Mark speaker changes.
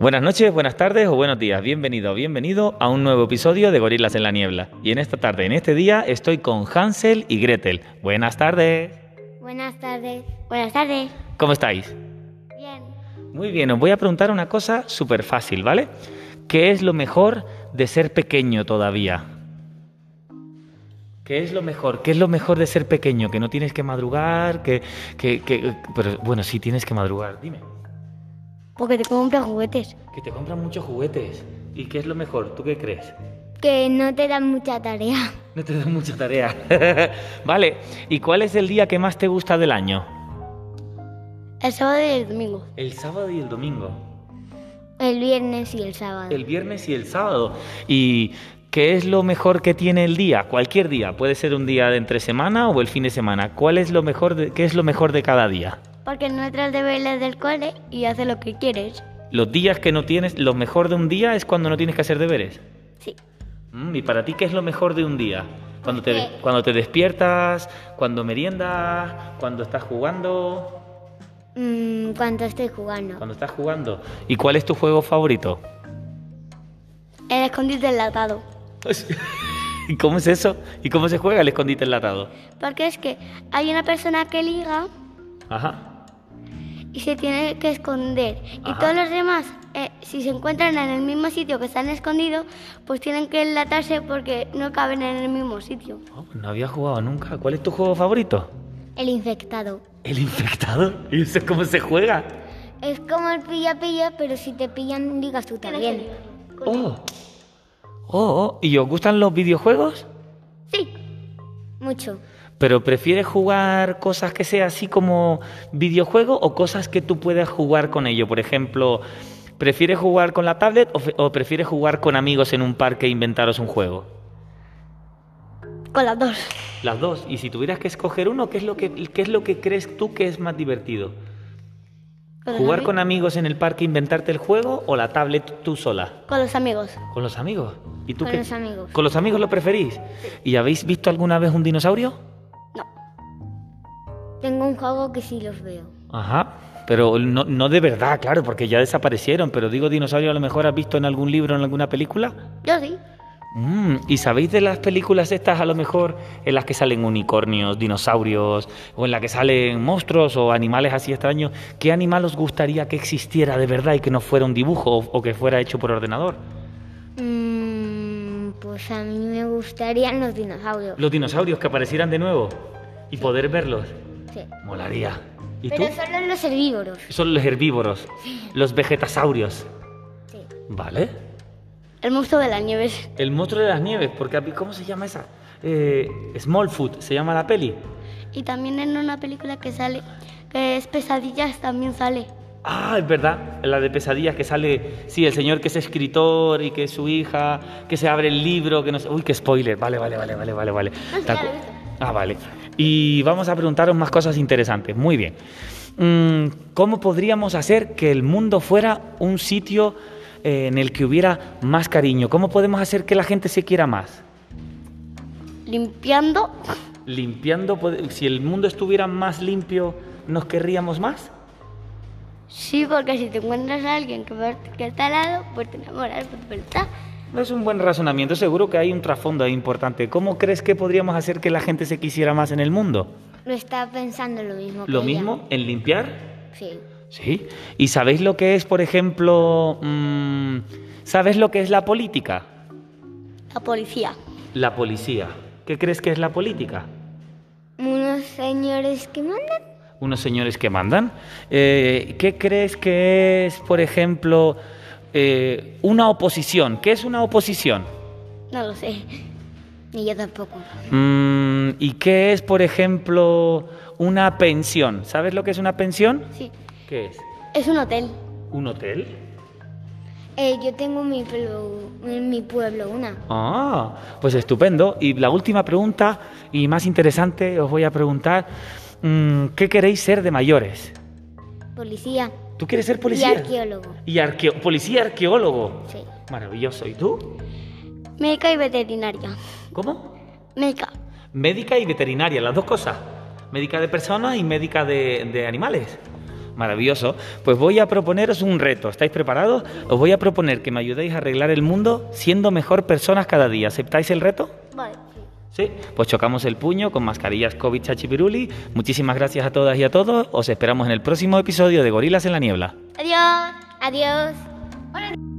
Speaker 1: Buenas noches, buenas tardes o buenos días. Bienvenido, bienvenido a un nuevo episodio de Gorilas en la Niebla. Y en esta tarde, en este día, estoy con Hansel y Gretel. Buenas tardes.
Speaker 2: Buenas tardes. Buenas tardes.
Speaker 1: ¿Cómo estáis?
Speaker 2: Bien.
Speaker 1: Muy bien, os voy a preguntar una cosa súper fácil, ¿vale? ¿Qué es lo mejor de ser pequeño todavía? ¿Qué es lo mejor? ¿Qué es lo mejor de ser pequeño? Que no tienes que madrugar, que... que, que pero bueno, sí tienes que madrugar, dime.
Speaker 2: Porque te compras juguetes.
Speaker 1: Que te compran muchos juguetes. ¿Y qué es lo mejor? ¿Tú qué crees?
Speaker 2: Que no te dan mucha tarea.
Speaker 1: No te dan mucha tarea. vale, ¿y cuál es el día que más te gusta del año?
Speaker 2: El sábado y el domingo.
Speaker 1: El sábado y el domingo.
Speaker 2: El viernes y el sábado.
Speaker 1: El viernes y el sábado. ¿Y qué es lo mejor que tiene el día? Cualquier día. Puede ser un día de entre semana o el fin de semana. ¿Cuál es lo mejor de, ¿Qué es lo mejor de cada día?
Speaker 2: Porque no entras de bailes del cole y haces lo que quieres.
Speaker 1: Los días que no tienes, lo mejor de un día es cuando no tienes que hacer deberes.
Speaker 2: Sí.
Speaker 1: Mm, ¿Y para ti qué es lo mejor de un día? Cuando te,
Speaker 2: ¿Qué?
Speaker 1: cuando te despiertas, cuando meriendas, cuando estás jugando,
Speaker 2: Mm, cuando estoy jugando.
Speaker 1: cuando estás jugando. ¿Y cuál es tu juego favorito?
Speaker 2: El escondite enlatado.
Speaker 1: ¿Y cómo es eso? ¿Y cómo se juega el escondite enlatado?
Speaker 2: Porque es que hay una persona que liga
Speaker 1: Ajá.
Speaker 2: y se tiene que esconder. Y
Speaker 1: Ajá.
Speaker 2: todos los demás, eh, si se encuentran en el mismo sitio que están escondidos, pues tienen que enlatarse porque no caben en el mismo sitio.
Speaker 1: Oh, pues no había jugado nunca. ¿Cuál es tu juego favorito?
Speaker 2: El infectado.
Speaker 1: ¿El infectado? ¿Y eso es cómo se juega?
Speaker 2: Es como el pilla-pilla, pero si te pillan, digas tú también.
Speaker 1: Oh. oh. oh. ¿Y os gustan los videojuegos?
Speaker 2: Sí, mucho.
Speaker 1: ¿Pero prefieres jugar cosas que sea así como videojuego o cosas que tú puedas jugar con ello? Por ejemplo, ¿prefieres jugar con la tablet o, fe- o prefieres jugar con amigos en un parque e inventaros un juego?
Speaker 2: Con las dos.
Speaker 1: Las dos. Y si tuvieras que escoger uno, ¿qué es lo que, qué es lo que crees tú que es más divertido? ¿Jugar con amigos en el parque, e inventarte el juego o la tablet tú sola?
Speaker 2: Con los amigos.
Speaker 1: Con los amigos. ¿Y tú
Speaker 2: Con
Speaker 1: qué-
Speaker 2: los amigos.
Speaker 1: ¿Con los amigos lo preferís? ¿Y habéis visto alguna vez un dinosaurio?
Speaker 2: No. Tengo un juego que sí los veo.
Speaker 1: Ajá. Pero no, no de verdad, claro, porque ya desaparecieron. Pero digo dinosaurio, a lo mejor has visto en algún libro, en alguna película.
Speaker 2: Yo sí.
Speaker 1: Mm, ¿Y sabéis de las películas estas, a lo mejor, en las que salen unicornios, dinosaurios, o en las que salen monstruos o animales así extraños? ¿Qué animal os gustaría que existiera de verdad y que no fuera un dibujo o, o que fuera hecho por ordenador?
Speaker 2: Mm, pues a mí me gustarían los dinosaurios.
Speaker 1: Los dinosaurios que aparecieran de nuevo y poder verlos.
Speaker 2: Sí.
Speaker 1: Molaría. ¿Y tú?
Speaker 2: Pero solo los herbívoros.
Speaker 1: Son los herbívoros, los vegetasaurios.
Speaker 2: Sí.
Speaker 1: ¿Vale?
Speaker 2: El monstruo de las nieves.
Speaker 1: El monstruo de las nieves, porque a mí- ¿cómo se llama esa? Eh, Smallfoot, se llama la peli.
Speaker 2: Y también en una película que sale, que es Pesadillas, también sale.
Speaker 1: Ah, es verdad, la de pesadillas que sale, sí, el señor que es escritor y que es su hija, que se abre el libro, que no sé, uy, qué spoiler, vale, vale, vale, vale, vale, vale.
Speaker 2: No, sí,
Speaker 1: De
Speaker 2: ya lo he
Speaker 1: acu-
Speaker 2: visto.
Speaker 1: Ah, vale. Y vamos a preguntaros más cosas interesantes, muy bien. Mm, ¿Cómo podríamos hacer que el mundo fuera un sitio eh, en el que hubiera más cariño? ¿Cómo podemos hacer que la gente se quiera más?
Speaker 2: Limpiando.
Speaker 1: Limpiando, pod- si el mundo estuviera más limpio, ¿nos querríamos más?
Speaker 2: Sí, porque si te encuentras a alguien que, va- que está al lado, pues te enamoras, pues, ¿verdad?
Speaker 1: Es un buen razonamiento, seguro que hay un trasfondo ahí importante. ¿Cómo crees que podríamos hacer que la gente se quisiera más en el mundo?
Speaker 2: No está pensando lo mismo.
Speaker 1: ¿Lo mismo en limpiar?
Speaker 2: Sí.
Speaker 1: Sí. ¿Y sabéis lo que es, por ejemplo, mm, sabes lo que es la política?
Speaker 2: La policía.
Speaker 1: La policía. ¿Qué crees que es la política?
Speaker 2: Unos señores que mandan.
Speaker 1: Unos señores que mandan. Eh, ¿Qué crees que es, por ejemplo, eh, una oposición? ¿Qué es una oposición?
Speaker 2: No lo sé. Ni yo tampoco.
Speaker 1: Mm, ¿Y qué es, por ejemplo, una pensión? ¿Sabes lo que es una pensión?
Speaker 2: Sí.
Speaker 1: ¿Qué es?
Speaker 2: Es un hotel.
Speaker 1: ¿Un hotel?
Speaker 2: Eh, yo tengo en mi pueblo, en mi pueblo una.
Speaker 1: Ah, pues estupendo. Y la última pregunta, y más interesante, os voy a preguntar, mm, ¿qué queréis ser de mayores?
Speaker 2: Policía.
Speaker 1: ¿Tú quieres ser policía?
Speaker 2: Y arqueólogo.
Speaker 1: Y arqueo- policía arqueólogo.
Speaker 2: Sí.
Speaker 1: Maravilloso. ¿Y tú?
Speaker 2: Médica y veterinaria.
Speaker 1: ¿Cómo?
Speaker 2: Médica.
Speaker 1: Médica y veterinaria, las dos cosas. Médica de personas y médica de, de animales. Maravilloso. Pues voy a proponeros un reto. ¿Estáis preparados? Os voy a proponer que me ayudéis a arreglar el mundo siendo mejor personas cada día. ¿Aceptáis el reto?
Speaker 2: Vale.
Speaker 1: Sí, pues chocamos el puño con mascarillas COVID Chachipiruli. Muchísimas gracias a todas y a todos. Os esperamos en el próximo episodio de Gorilas en la Niebla.
Speaker 2: Adiós. Adiós.